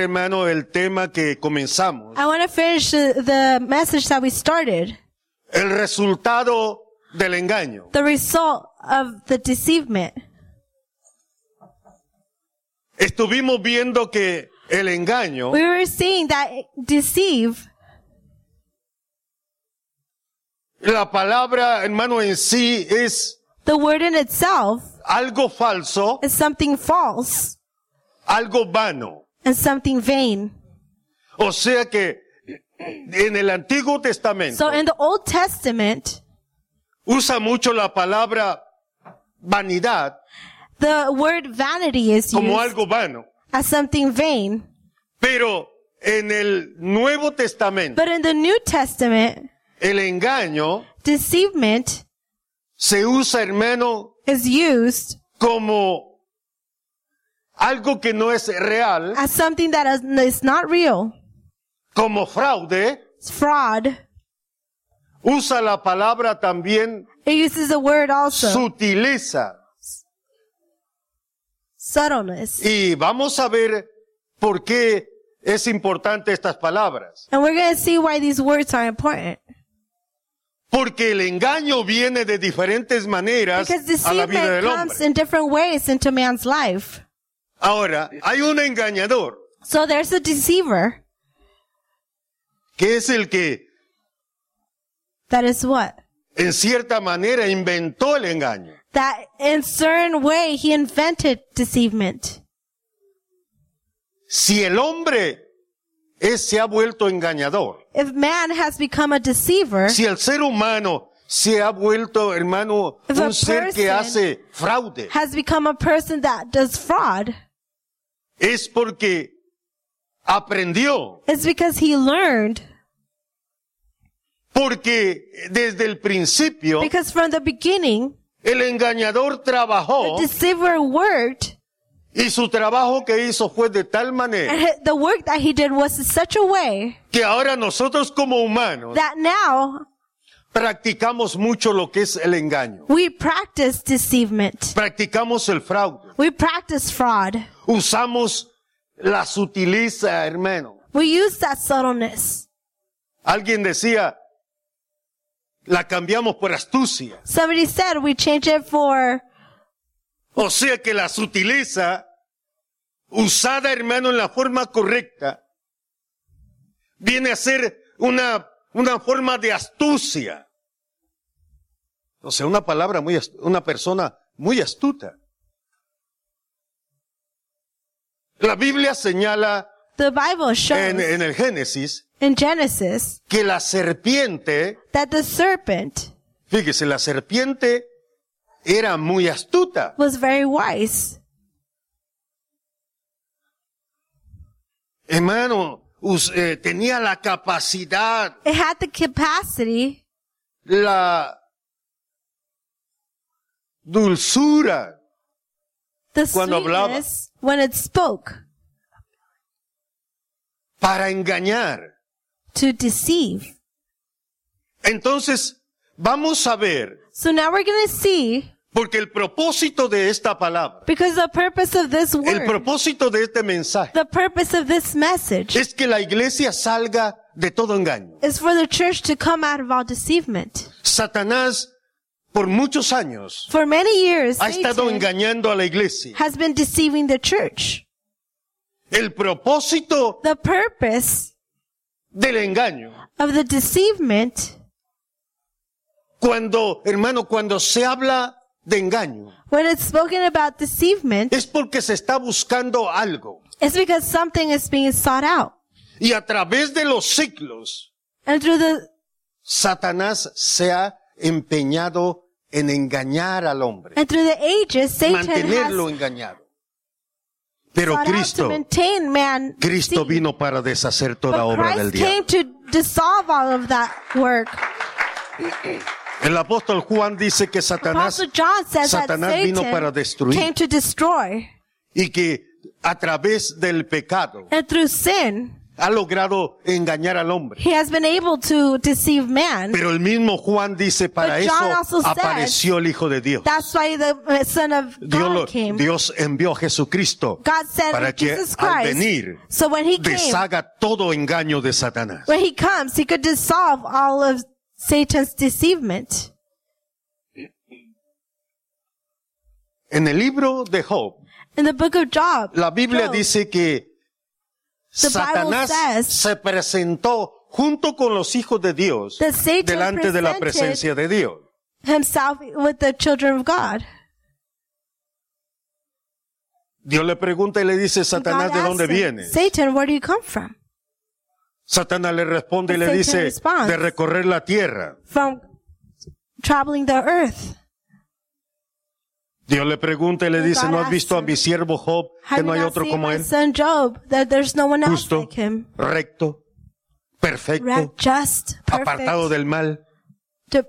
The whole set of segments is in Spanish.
hermano, el tema que comenzamos. I want to finish uh, the message that we started. El resultado del engaño. The result of the deceivement. Estuvimos viendo que el engaño We were seeing that deceive, La palabra, hermano, en sí es the word in itself, algo falso, is something false algo vano. and something vain. O sea que en el Antiguo Testamento So in the Old Testament, usa mucho la palabra vanidad the word vanity is como used algo vano. as something vain. Pero en el Nuevo Testamento But in the New Testament, el engaño deceivement se usa, hermano, is used como algo que no es real, as something that is- is not real. como fraude. It's fraud. Usa la palabra también It uses the word also, sutileza. subtleness. Y vamos a ver por qué es importante estas palabras. And we're going to see why these words are important. Porque el engaño viene de diferentes maneras Because a la vida deceivement del comes hombre. in different ways into man's life. Ahora, hay un engañador, So there's a deceiver. que es el que That is what? en cierta manera inventó el engaño. That in certain way he invented deceivement. Si el hombre es- se ha vuelto engañador, If man has become a deceiver, si el ser humano se ha vuelto, hermano, If a un ser que person hace fraude, has become a person that does fraud, es porque aprendió it's because he learned. Porque desde el principio Because from the beginning, el engañador the trabajó deceiver worked, y su trabajo que hizo fue de tal and manera he- the work that he did was in such a way que ahora nosotros como humanos that now practicamos mucho lo que es el engaño. we practice deceivement. Practicamos el fraude. We practice fraud. Usamos la sutileza, hermano. We use that subtleness. Alguien decía, la cambiamos por astucia. Somebody said we change it for O sea que la sutileza, usada hermano en la forma correcta, viene a ser una, una forma de astucia. O sea, una palabra muy, ast- una persona muy astuta. La Biblia señala the Bible shows en, en el Génesis in Genesis que la serpiente, that the serpent fíjese, la serpiente era muy astuta. was very wise. Hermano, us- eh, tenía la capacidad, It had the capacity, la dulzura. the Cuando hablaba. sweetness when it spoke para engañar. to deceive. Entonces, vamos a ver, So now we're going to see porque el propósito de esta palabra, because the purpose of this el word, propósito de este mensaje, the purpose of this message es que la iglesia salga de todo engaño. is for the church to come out of all deceivement. Satanás, por muchos años, For many years, ha estado Satan engañando a la iglesia. has been deceiving the church. El propósito The purpose del engaño. of the deceivement Cuando, hermano, cuando se habla de engaño, When it's spoken about deceivement, es porque se está buscando algo. it's because something is being sought out. Y a través de los ciclos, And through the, Satanás se ha empeñado en engañar al hombre, and through the ages, Satan mantenerlo has engañado. Pero sought out to Cristo, maintain man. Cristo deceived. vino para deshacer toda But obra del Christ came diablo. to dissolve all of that work. El apóstol Juan dice que Satanás Apostle John says Satanás that Satan vino para destruir. came to destroy. y que a través del pecado, And through sin, ha logrado engañar al hombre. He has been able to deceive man. Pero el mismo Juan dice, para But eso John also said- apareció el Hijo de Dios. That's why the uh, Son of God Dios, lo- came. Dios envió a Jesucristo God sent para que Jesus al Christ. venir so when he came, deshaga todo engaño de Satanás. when he comes, he could dissolve all of Satan's deceivement. En el libro de Job, In the book of Job, la Biblia Job, dice que The Bible Satanás says- se presentó junto con los hijos de Dios That Satan delante de la presented- presencia de Dios. himself with the children of God. Dios le pregunta y le dice, And Satanás, God ¿de asked dónde him, vienes? Satan, where do you come from? Satanás le responde y And le Satan dice, responds. de recorrer la tierra. From traveling the earth. Dios le pregunta y le And dice, God ¿no has asked visto a him, mi siervo Job, que Have no you hay not otro seen como my él? son Job, that there's no one else Justo, like him. recto, Ra- perfecto, Just, perfect, apartado del mal. to-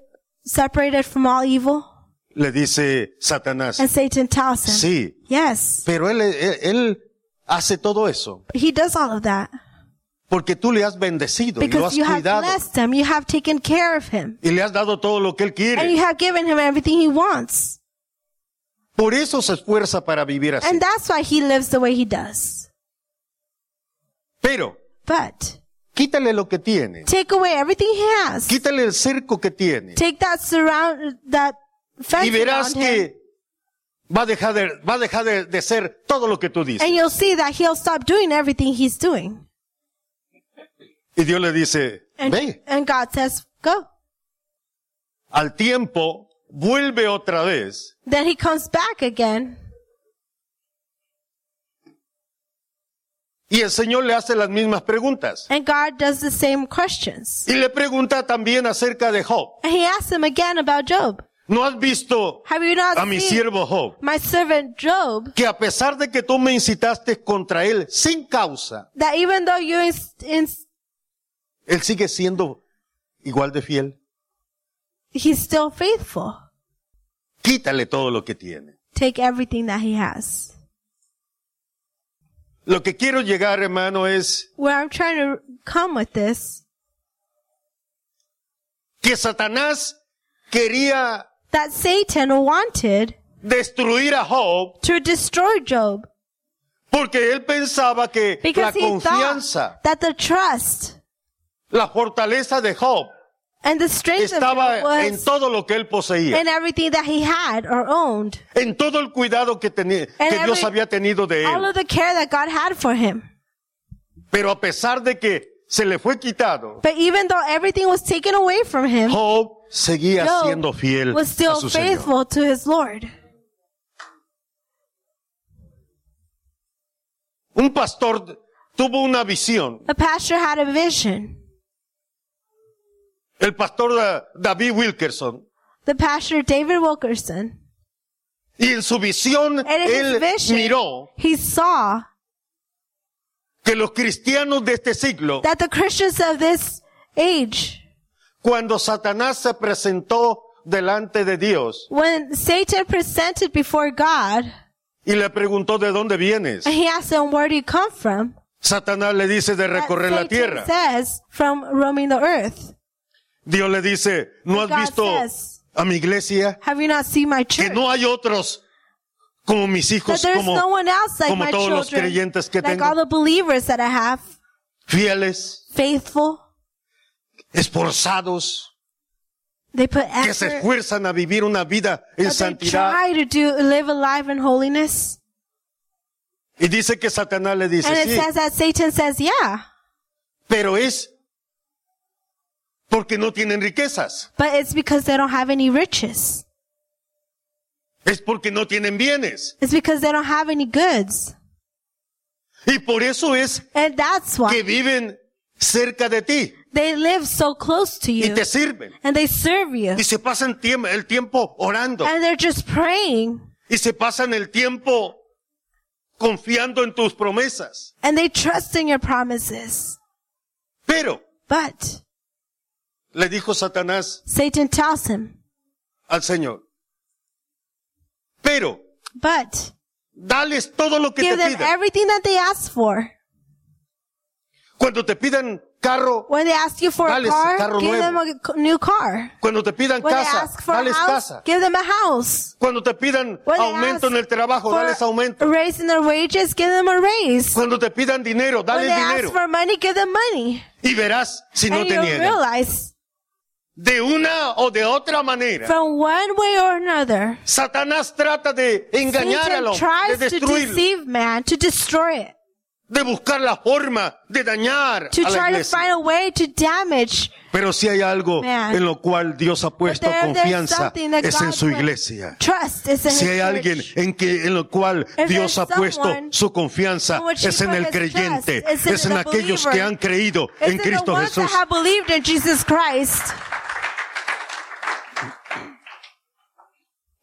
separated from all evil. Le dice Satanás, And Satan tells him, sí, yes, pero él, él- él hace todo eso he does all of that. porque tú le has bendecido y lo Because has you have cuidado blessed him, you have taken care of him, y le has dado todo lo que él and you quiere. have given him everything he wants. Por eso se esfuerza para vivir así. And that's why he lives the way he does. Pero But quítale lo que tiene, take away everything he has. quítale el cerco que tiene Take that surround, that fence y verás around him, que va a dejar de, va a dejar de, de ser todo lo que tú dices. and you'll see that he'll stop doing everything he's doing. Y Dios le dice, And, ve, and God says, go. al tiempo vuelve otra vez Then he comes back again. Y el Señor le hace las mismas preguntas. And God does the same questions. Y le pregunta también acerca de Job. And he asks him again about Job. ¿No has visto Have you not a mi seen siervo Job? my servant Job Que a pesar de que tú me incitaste contra él sin causa, that even though you ins- ins- él sigue siendo igual de fiel. he's still faithful, Quítale todo lo que tiene. take everything that he has. Lo que quiero llegar, hermano, es Where I'm trying to come with this, que Satanás quería that Satan wanted destruir a Job to destroy Job porque él pensaba que la because he confianza, thought that the trust la fortaleza de Job and the strength of Job estaba en was todo lo que él poseía. in everything that he had or owned, en todo el cuidado que, tenía, que every- Dios había tenido de all él. of the care that God had for him. Pero a pesar de que se le fue quitado, But even though everything was taken away from him, Job seguía siendo Job fiel was a still su Señor. faithful to his Lord. Un pastor tuvo una visión. The pastor had a vision. El pastor Da- David Wilkerson. The pastor David Wilkerson. Y en su visión, And in él his vision, miró he saw que los cristianos de este siglo, that the Christians of this age, cuando Satanás se presentó delante de Dios when Satan presented before God, y le preguntó de dónde vienes, and he asked him, where do you come from? Satanás le dice de That recorrer la Satan tierra. says, from roaming the earth. Dios le dice, ¿no has God visto says- a mi iglesia? Have you not seen my que church? no hay otros como mis that hijos, there's como no one else like como my todos los children, creyentes que like tengo. all the believers that I have, fieles, faithful. esforzados, They put que se effort. esfuerzan a vivir una vida en That they santidad. try to do live a life in holiness. Y dice que Satanás le dice, And it sí, says that Satan says, yeah, pero es porque no tienen riquezas, but it's because they don't have any riches. es porque no tienen bienes. It's because they don't have any goods. Y por eso es And that's why que viven cerca de ti they live so close to y you te sirven. and they serve you Y se pasan tiemp- el tiempo orando and they're just praying y se pasan el tiempo confiando en tus promesas. and they trust in your promises. Pero But le dijo Satanás, Satan tells him, al Señor. Pero, but dales todo lo que te give them piden. everything that they ask for. Cuando te pidan carro, When they ask you for Dale a ese car, carro give nuevo. them a c- new car. cuando te pidan When they casa, ask for a dales house, casa. give them a house. Cuando te pidan When they aumento en ask el trabajo, for dales aumento. a raise in their wages, give them a raise. Cuando te pidan dinero, When they dales ask dinero. for money, give them money. Y verás si no and you te niegan. realize De una o de otra manera, from one way or another, Satanás trata de engañar al Satan hombre, de tries to destruirlo, deceive man, to destroy it, de buscar la forma de dañar to a la try to iglesia. find a way to damage. Pero si hay algo Man. en lo cual Dios ha puesto there- there's confianza, something that es en God su put- iglesia. Trust is in Si hay his alguien church. en que en lo cual If Dios there's ha puesto someone su confianza in which he es en put el his creyente, trust, it's in es en the aquellos believer, que han creído It's en in the Cristo ones Jesús. that have believed in Jesus Christ.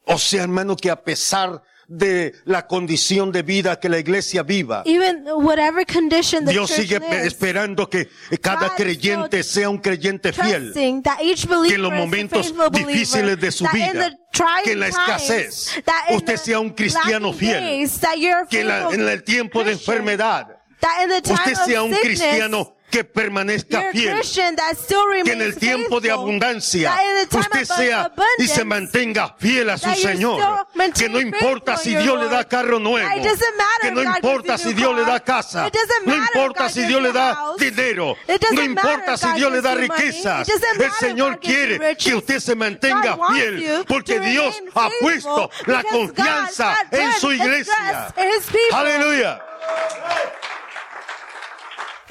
O sea, hermano, que a pesar de la condición de vida que la iglesia viva, Even whatever condition the Dios church sigue pe- lives, esperando que cada God creyente sea un creyente fiel. trusting that each believer Que en los is a momentos faithful believer, difíciles de su that in vida, the trying que en la escasez, times, that in usted the sea un cristiano lacking fiel, days, that you're a Que en, la- faithful en el tiempo de Christian, enfermedad, that in the time usted of sea un sickness, cristiano que permanezca you're a fiel. Christian that still Que remains en el tiempo de faithful, abundancia that in the time usted of sea y abundance, se mantenga fiel a su that you're Señor. still maintain Que no importa faithful si in Dios your le da Lord. carro nuevo. It doesn't matter Que no if God importa gives you si new Dios le da car. casa. It doesn't No matter if importa God si gives Dios you le da house. dinero. It doesn't No matter importa if si God Dios le gives da you money. riquezas. It doesn't El matter if Señor God gives you quiere riches. que usted se mantenga God wants fiel you porque to remain Dios ha faithful, puesto la because God- confianza God en su put his iglesia. trust in his people. Aleluya.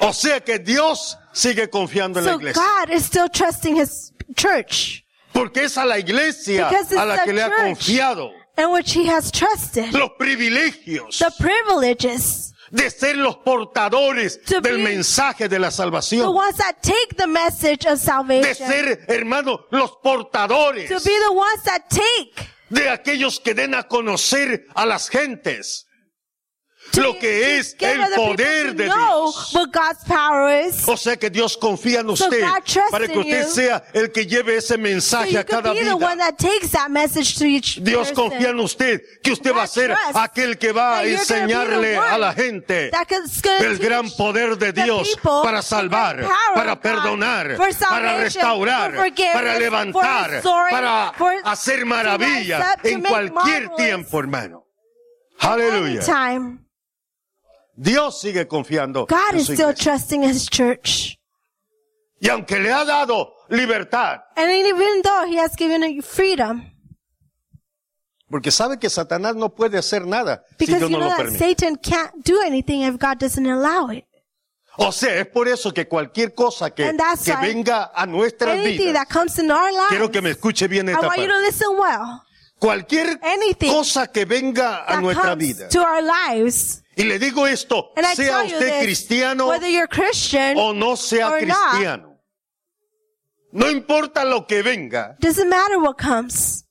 O sea que Dios sigue confiando en la So iglesia. God is still trusting his church Porque es a la iglesia Because it's a la the que le ha church. confiado in which he has trusted los privilegios the privileges, de ser los portadores To del be- mensaje de la the salvación. ones that take the message of De salvation, ser, hermano, los to portadores be the ones that take de aquellos que den a conocer a lo gentes to, lo que to es give el other people poder to de know Dios. what God's power is. O sea que Dios confía en So usted God trusts para que in usted you. sea el que lleve ese So mensaje you a could cada be the vida. one that takes that message to each Dios person. confía en usted, que usted va a God ser trusts aquel que va a that you're gonna be the enseñarle one a la gente that is gonna el teach gran poder de the Dios people para the salvar, great power of para God perdonar, for para salvation, restaurar, for forgiveness, para for levantar, restoring, para for- hacer to maravilla rise up, to en make cualquier marvelous. tiempo, hermano. Any Aleluya. time, Dios sigue confiando. God en is su still iglesia. trusting His church. Y aunque le ha dado libertad, And even though He has given you freedom, porque sabe que Satanás no puede hacer nada si because Dios you no know lo that permite. Satan can't do anything if God doesn't allow it. O sea, es por eso que cualquier cosa que, And that's que why venga a nuestras Anything vidas, that comes in our quiero lives, que me escuche bien I esta want you to parte. listen well. Cualquier anything cosa que venga a That nuestra comes vida. to our lives. Y le digo esto, And I sea tell you usted this, cristiano whether you're Christian, o no sea or not. cristiano. No importa lo que venga, doesn't matter what comes.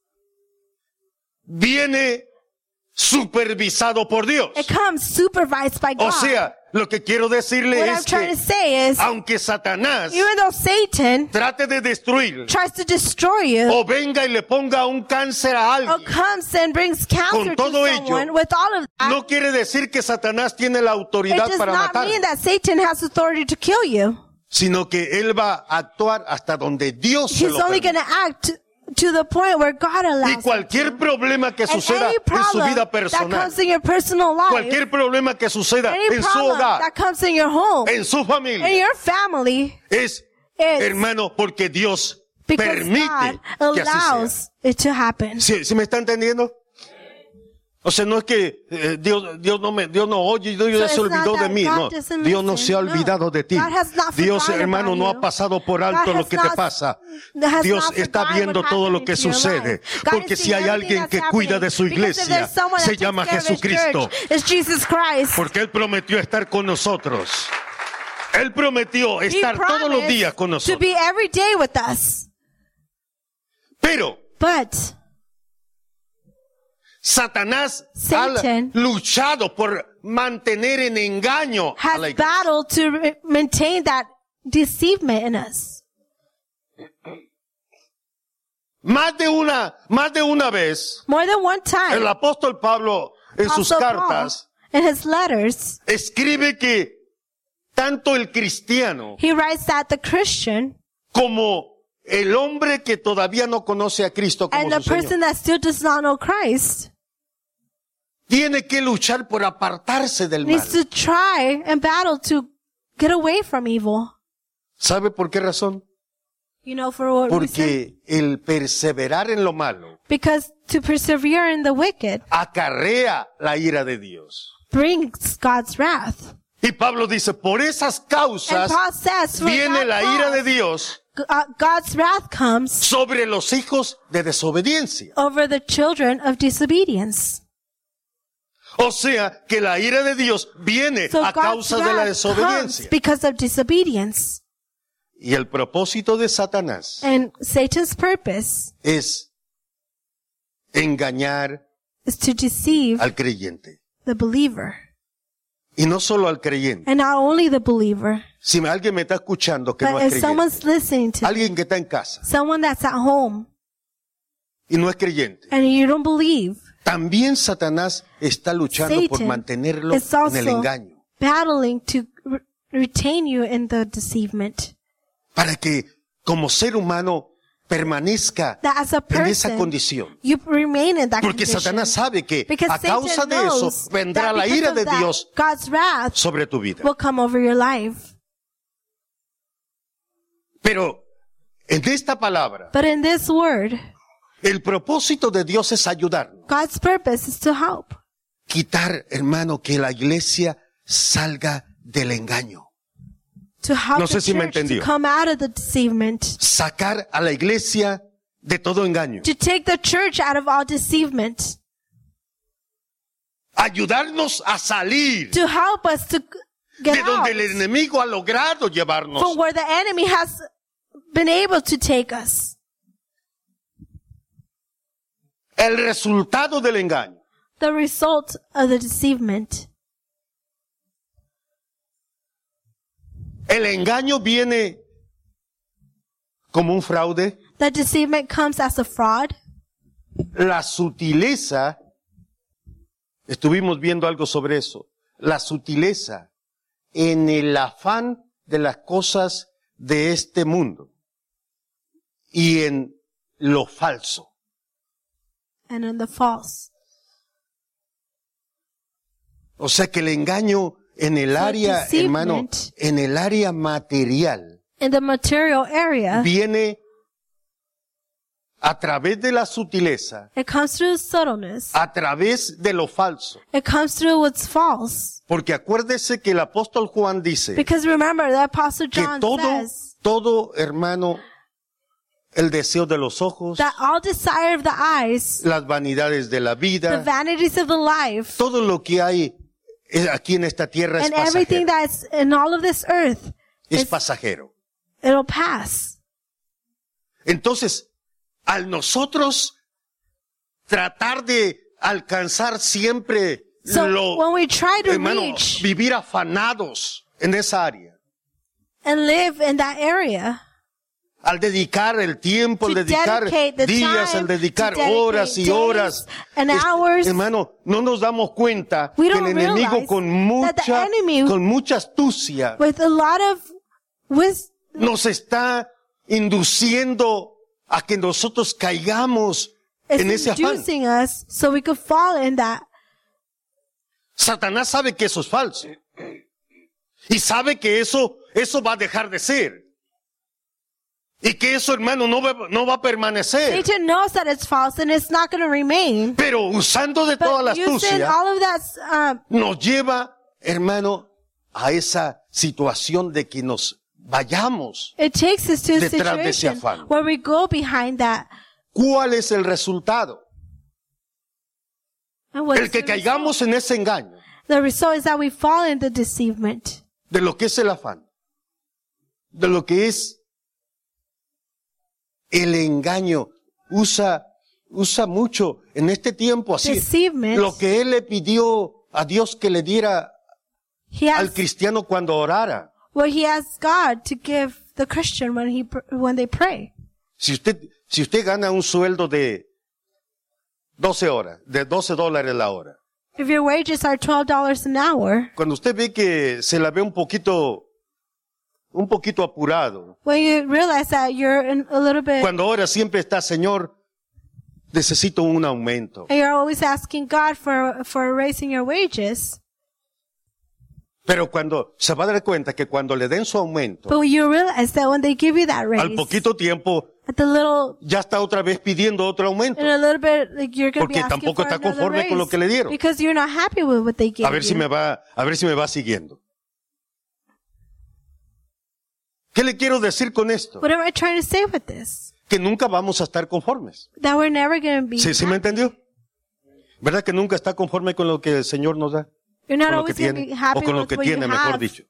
viene supervisado por Dios. It comes supervised by O God. sea, lo que quiero decirle what I'm es trying que to say is, aunque Satanás even though Satan trate de destruir tries to destroy you, o venga y le ponga un cáncer a or alguien, comes and brings cancer to todo ello, someone, with all of that, no quiere decir que Satanás tiene la it autoridad does para not matar, mean that Satan has authority to kill you. sino que él va a actuar hasta donde Dios se He's lo only permita. going to act to the point where God Y allows. it. cualquier problema que And suceda any en su problem vida that personal, comes in your personal life, cualquier problema que suceda any en su problem hogar, that comes in your home, en su in familia, your family, es, is hermano, porque Dios because permite God que así sea. allows it to happen. ¿Sí, sí me está entendiendo? O sea, no es que eh, Dios, Dios, no me, Dios no oye, Dios So ya se it's not olvidó de that mí. God No, doesn't Dios no listen. se ha No. olvidado de ti. God has not Dios, forgotten hermano, about no you. ha pasado por alto God lo has que te not- pasa. has Dios not está forgotten viendo what todo lo happened que to your suede. life. God Porque is si seeing hay alguien everything que that's cuida de su happening. Because if iglesia, there's someone se that llama takes care of his Jesucristo. church, It's Jesus Christ. Porque Él prometió estar con nosotros. Él prometió He estar todos los promised días con to nosotros. be every day with us. Pero But Satanás Satan ha luchado por mantener en engaño a la has iglesia. battled to re- maintain that deceivement in us. Más de una, más de una vez, More than one time, el apóstol Pablo en sus Apostle Paul, cartas in his letters, escribe que tanto el cristiano He writes that the Christian como el hombre que todavía no conoce a Cristo como and the su Señor, person that still does not know Christ tiene que luchar por apartarse del mal. needs to try and battle to get away from evil. ¿Sabe por qué razón? You know, for what reason? Porque el perseverar en lo malo Because to persevere in the wicked acarrea la ira de Dios. brings God's wrath. Y Pablo dice, por esas And causas Paul says, for viene that la ira de cause, Dios G- uh, God's wrath comes sobre los hijos de desobediencia. over the children of disobedience. O sea, que la ira de Dios viene So Eh, a God's causa de la wrath comes desobediencia. because of disobedience. Y el propósito de Satanás And Satan's purpose es engañar is to deceive al creyente. the believer. Y no solo al creyente. And not only the believer, Si alguien me está escuchando que no but if es creyente, someone's listening to alguien que está en casa someone that's at home y no es creyente, and you don't believe, también Satanás está luchando por Satan mantenerlo is en el also- engaño. battling to re- retain you in the deceivement. Para que como ser humano permanezca That as a en esa person, condición. you remain in that Porque condition. Satanás sabe que Because a causa Satan de eso knows vendrá that la because ira of de that, Dios God's wrath sobre tu vida. will come over your life. Pero en esta palabra, But in this word, el propósito de Dios es ayudarnos. God's purpose is to help. Quitar, hermano, que la iglesia salga del engaño. To help No the sé si me church to entendió. come out of the deceivement. Sacar a la iglesia de todo engaño. To take the church out of all deceivement. Ayudarnos a salir To help us to get de out donde el enemigo ha logrado from llevarnos. where the enemy has been able to take us. El resultado del engaño. The result of the deceivement. El engaño viene como un fraude. The deceivement comes as a fraud. La sutileza, estuvimos viendo algo sobre eso, la sutileza en el afán de las cosas de este mundo y en lo falso. and in the false. O sea que el engaño en el área, hermano, deceivement. en el área material, In the material area, viene a través de la sutileza, it comes through subtleness. a través de lo falso. It comes through what's false. Porque acuérdese que el apóstol Juan dice, Because remember, the Apostle que John todo, says todo hermano, el deseo de los ojos, that all desire of the eyes, las vanidades de la the vida, vanities of the life, todo lo que hay eh, aquí en esta tierra es and pasajero. everything that's in all of this earth, Es is- pasajero. it'll pass. Entonces, al nosotros tratar de alcanzar siempre So when lo, we try to hermano, reach vivir afanados en esa área, and live in that area, al dedicar el tiempo, al To dedicar dedicate the días, time, al dedicar to dedicate horas y days horas. and Es- hours. hermano, no nos damos cuenta We que el don't enemigo realize con that the mucha, enemy- con mucha astucia with a lot of wisdom, nos está induciendo a que nosotros caigamos en is ese afán. inducing us so we could fall in that. Satanás sabe que eso es falso. Y sabe que eso, eso va a dejar de ser. Y que eso, hermano, no va, no va a permanecer. Satan knows that it's false and it's not going to remain. Pero usando de toda la But using astucia, all of that um, nos lleva, hermano, a esa situación de que nos vayamos. It takes us to a Detrás de ese situation afán. where we go behind that. ¿Cuál es el resultado? And what El is que the, result? caigamos en ese engaño the result is that we fall in the deceivement de lo que es el afán, de lo que es el engaño. Usa, usa mucho en este tiempo así. Deceivement. Lo que él le pidió a Dios que le diera He al has, cristiano cuando orara. where he asks God to give the Christian when he pr- when they pray. Si usted, si usted gana un sueldo de 12 horas, de 12 dólares la hora, If your wages are twelve dollars an hour, cuando usted ve que se la ve un poquito un poquito apurado, When you realize that you're in a little bit, cuando ahora siempre está, Señor, necesito un aumento. and you're always asking God for, for raising your wages. Pero cuando se va a dar cuenta que cuando le den su aumento, But you realize that when they give you that al raise, poquito tiempo at the little, ya está otra vez pidiendo otro aumento. in a little bit, like you're going to be Porque asking tampoco for está another conforme raise con lo que le dieron. because you're not happy with what they gave A ver si you. me va, a ver si me va siguiendo. ¿Qué le quiero decir con esto? What am I trying to say with this? Que nunca vamos a estar conformes. That we're never going to be. ¿Sí, sí me entendió? ¿Verdad que nunca está conforme con lo que el Señor nos da? You're Con not lo que always going to be tiene. happy O con lo with que what tiene, you mejor have. dicho.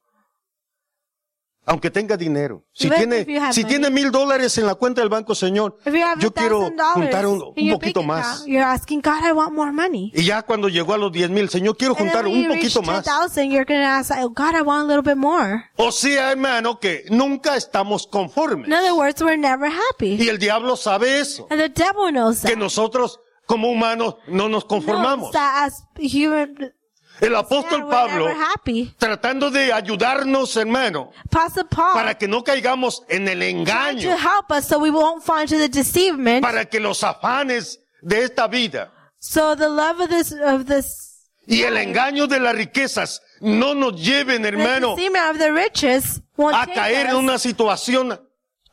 Aunque tenga dinero. Si Even tiene, if you have si money. tiene mil dólares en la cuenta del banco, Señor, If you have yo quiero $1,000 juntar un, in un your poquito bank más. account, You're asking God, I want more money. Y ya cuando llegó a los diez mil, Señor, quiero And then juntar when un you reach poquito más. 10,000, you're going to ask, oh, God, I want a little bit more. O sea, hermano, que nunca estamos conformes. In other words, we're never happy. Y el diablo sabe eso. And the devil knows Que that. nosotros, como humanos, no nos Knows conformamos. that as human, El man, apóstol we're Pablo, never happy. tratando de ayudarnos, hermano, Apostle Paul, para que no caigamos en el tried engaño, to help us so we won't fall into the deceivement. para que los afanes de esta vida so the love of this, of this, y el engaño de las riquezas no nos lleven, the hermano, deceivement of the riches won't a take caer en us una situación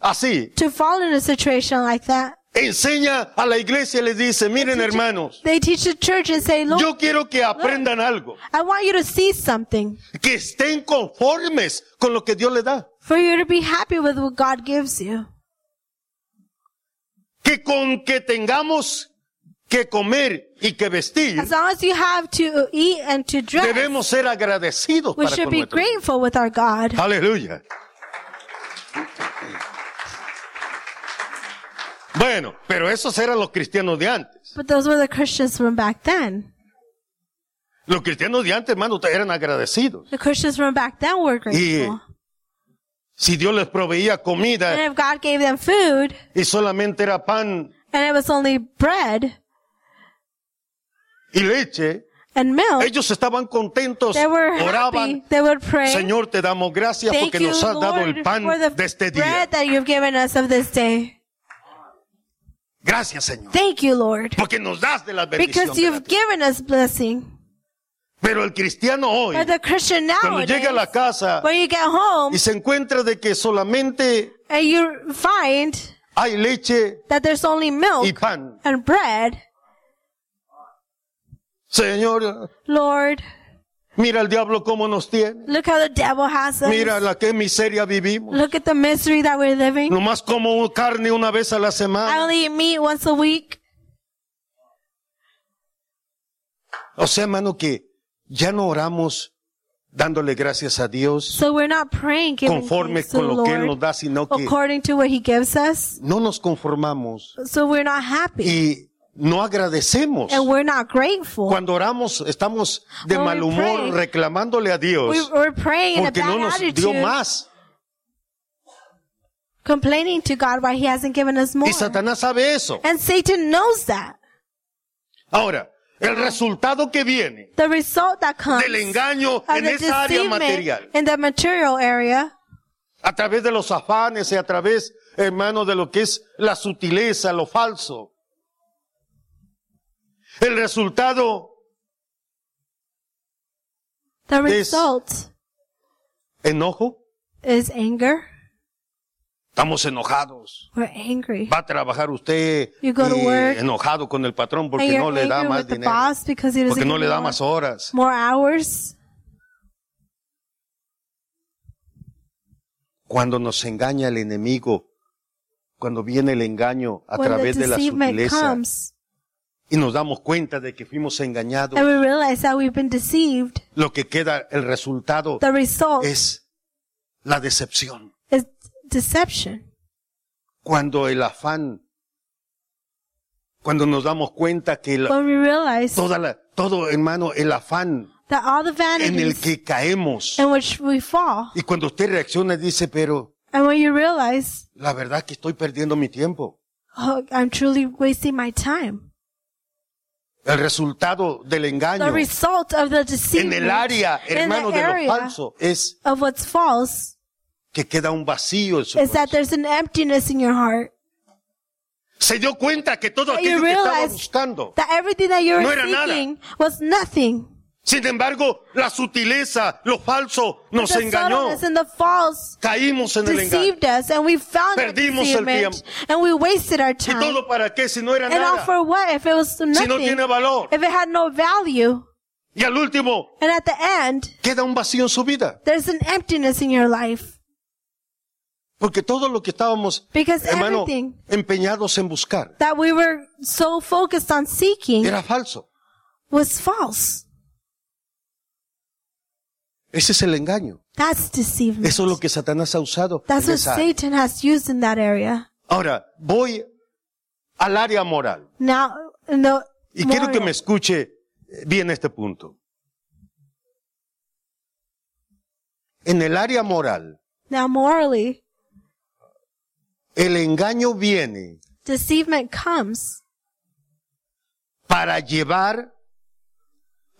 así. to fall in a situation like that. Enseña a la iglesia y les dice, miren hermanos, They teach the church and say, look, yo quiero que aprendan algo, I want you to see something que estén conformes con lo que Dios le da. for you to be happy with what God gives you. que con que tengamos que comer y que vestir, As long as you have to eat and to dress, debemos ser agradecidos we para should con be nuestro- grateful with our God. Aleluya. Bueno, pero esos eran los cristianos de antes. But those were the Christians from back then. Los cristianos de antes, hermano, eran agradecidos. The Christians from back then were grateful. Si Dios les proveía And comida if God gave them food y solamente era pan and it was only bread y leche, and milk, ellos estaban contentos, they were happy. oraban. They would pray. Señor, te damos gracias Thank porque you, nos has dado Lord, el pan for the de este día. bread that you've given us of this day. Gracias, Señor. Thank you, Lord, Porque nos das de las bendiciones. because you've given us blessing. Pero el cristiano hoy, But the Christian cuando nowadays, llega a la casa when you get home y se encuentra de que solamente and you find hay leche that there's only y milk pan, and bread, Señor, Lord, mira el diablo cómo nos tiene. look how the devil has us. Mira la que miseria vivimos. Look at the misery that we're living. Nomás como carne una vez a la I semana. only eat meat once a week. O sea, hermano, que ya no oramos dándole gracias a Dios So we're not praying giving conforme thanks to con the lo que Él nos Lord da, sino que according to what he gives us. no nos conformamos So we're not happy y no agradecemos. and we're not grateful. Cuando oramos, estamos de When we mal humor pray, reclamándole a Dios. We, we're praying in a porque no bad nos dio attitude, más. complaining to God why he hasn't given us more. Y Satanás sabe eso. And Satan knows that. Ahora, el resultado que viene The result that comes del engaño of en the esa área deceivement material, in the material area, a través de los afanes y a través, hermano, de lo que es la sutileza, lo falso. El resultado the This- result enojo. is anger. Estamos enojados. We're angry. Va a trabajar usted You go to y work. enojado con el patrón and porque you're no le da angry más with the dinero, boss because he doesn't porque no give le da more, más horas. more hours. cuando nos engaña el enemigo, cuando viene el engaño a when través the de la deceivement sutileza comes y nos damos cuenta de que fuimos engañados, and we realize that we've been deceived, lo que queda, el resultado the result es la decepción. is deception. Cuando el afán, cuando nos damos cuenta que la- When we realize toda la, todo hermano, el afán that all the en el vanities que caemos in which we fall, y cuando usted reacciona y dice, pero and when you realize, la verdad que estoy perdiendo mi tiempo. oh, I'm truly wasting my time. El resultado del The engaño result of the en deceivement el área, in hermano, the de lo area falso es of what's false que queda un vacío en su is that corazón. there's an emptiness in your heart. Se dio cuenta que todo That you aquello que estaba realize buscando. that everything that you were No era nada. seeking was nothing. Sin embargo, la sutileza, lo falso, nos the engañó. subtleness and the false Caímos en el engaño. deceived us, and we found the Perdimos el deceivement, tiempo. and we wasted our ¿Y time. todo para qué si no era and all nada? for what? If it was nothing, Si no tiene valor. if it had no value, Y al último, and at the end, queda un vacío en su vida. there's an emptiness in your life Porque todo lo que estábamos, Because hermano, everything- empeñados en buscar, that we were so focused on seeking era falso. was false. Ese es el engaño. That's deceivement. Eso es lo que Satanás ha usado. That's en what esa área. Satan has used in that area. Ahora, voy al área moral. Now, in the Y quiero que moral- me escuche eh, bien este punto. En el área moral, now morally, el engaño viene deceivement comes para llevar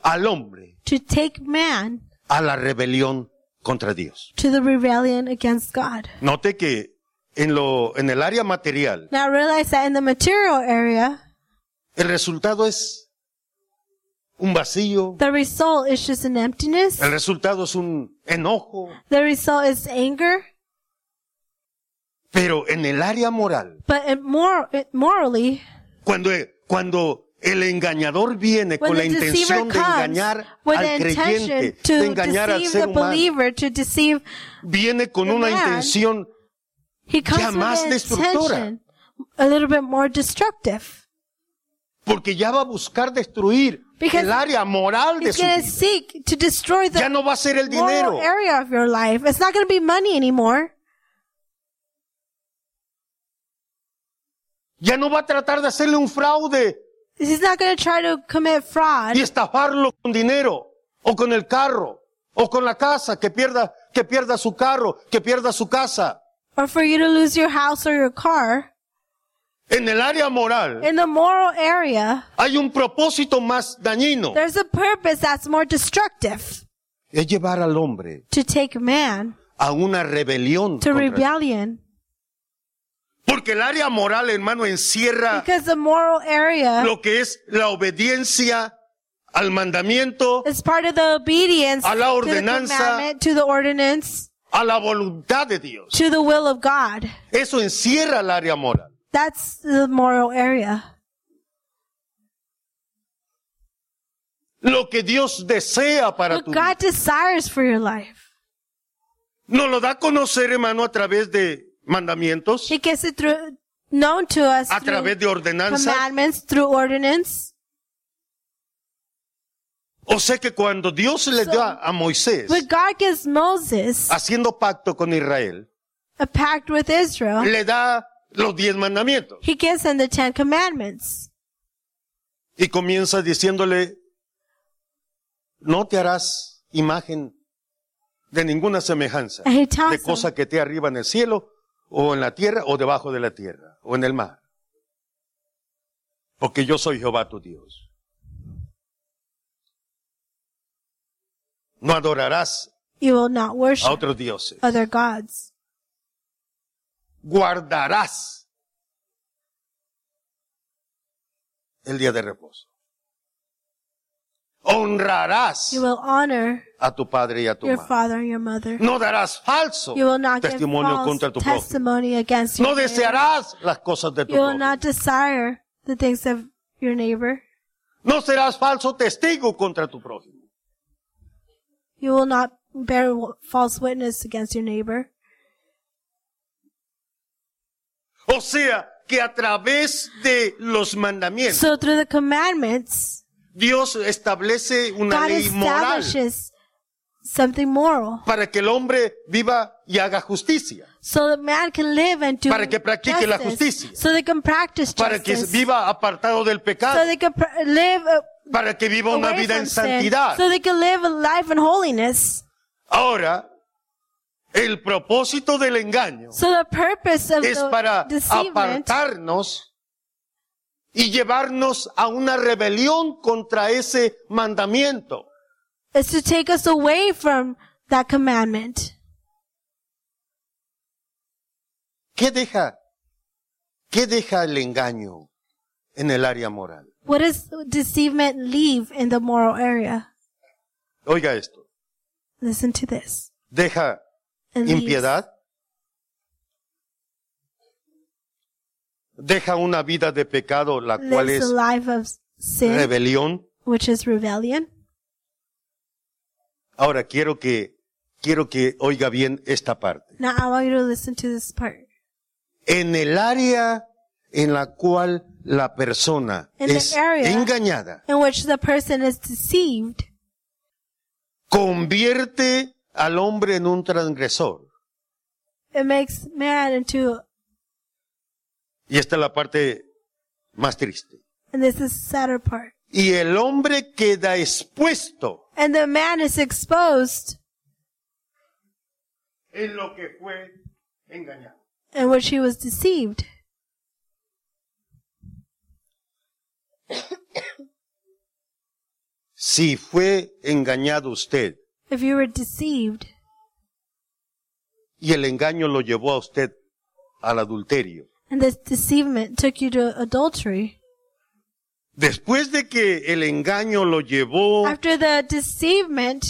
al hombre to take man a la rebelión contra Dios. to the rebellion against God. Note que en, lo, en el área material, Now realize that in the material area, el resultado es un vacío, the result is just an emptiness. el resultado es un enojo, The result is anger. pero en el área moral, But in mor- it- morally, cuando, cuando el engañador viene when con la the deceiver intención de comes engañar with al the intention creyente, to de engañar al deceive the ser humano, believer, to deceive, viene con the una man, intención he Ya comes más with an destructora. intention a little bit more destructive. porque ya va a buscar destruir Because el área moral de He's su going to vida. seek to destroy the Ya no va a ser el dinero. moral area of your life. It's not going to be money anymore. Ya no va a tratar de hacerle un fraude He's not going to try to commit fraud y estafarlo con dinero o con el carro o con la casa, que pierda, que pierda su carro, que pierda su casa. or for you to lose your house or your car. En el área moral In the moral area, hay un propósito más dañino. there's a purpose that's more destructive Es llevar al hombre to take man a una rebelión. to contra- rebellion. Porque el área moral, hermano, encierra Because the moral area lo que es la obediencia al mandamiento, is part of the obedience A la to the ordenanza. commandment, to the ordinance, a la voluntad de Dios. to the will of God. Eso encierra el área moral. That's the moral area. Lo que Dios desea para tu What vida. God desires for your life. Nos lo da a conocer, hermano, a través de mandamientos, He gets it through, known to us a through través de ordenanzas. commandments, through ordinance. O sea que cuando Dios le So, dio a, a Moisés, But God gives Moses haciendo pacto con Israel, a pact with Israel. le da los diez mandamientos. He gives them the Ten Commandments. Y comienza diciéndole, no te harás imagen de ninguna semejanza And he tells de cosa que te arriba en el cielo, o en la tierra, o debajo de la tierra, o en el mar. Porque yo soy Jehová tu Dios. No adorarás You will not worship a otros dioses. other gods. Guardarás el día de reposo. Honrarás You will honor a tu padre y a tu your madre. father and your mother. No darás falso You will not give testimonio false contra tu prójimo. testimony against your No neighbor. desearás las cosas de tu You will prójimo. not desire the things of your neighbor. No serás falso testigo contra tu prójimo. You will not bear w- false witness against your neighbor. O sea, que a través de los mandamientos, So through the commandments, Dios establece una God ley moral establishes something moral. para que el hombre viva y haga justicia, so that man can live and do Para que practique la justice, justicia. so they can practice para que justice, viva apartado del so pecado, they can pr- live uh, para que viva una away vida from en sin, santidad. so they can live a life in holiness. Ahora, el propósito del engaño So the purpose of es the para deceivement apartarnos y llevarnos a una rebelión contra ese mandamiento. is to take us away from that commandment. ¿Qué deja? ¿Qué deja el engaño en el área moral? What does deceivement leave in the moral area? Oiga esto. Listen to this. Deja It leaves impiedad. Deja una vida de pecado, la cual lives es the life of sin, rebelión. which is rebellion. Ahora quiero que, quiero que oiga bien esta parte. Now I want you to listen to this part. En el área en la cual la persona In the es area- engañada, In which the person is deceived, convierte al hombre en un transgresor. it makes man into, Y esta es la parte más triste. and this is the sadder part. Y el hombre queda expuesto And the man is exposed en lo que fue engañado. in which he was deceived. Si fue engañado usted If you were deceived y el engaño lo llevó a usted al adulterio, and this deceivement took you to adultery, después de que el engaño lo llevó after the deceivement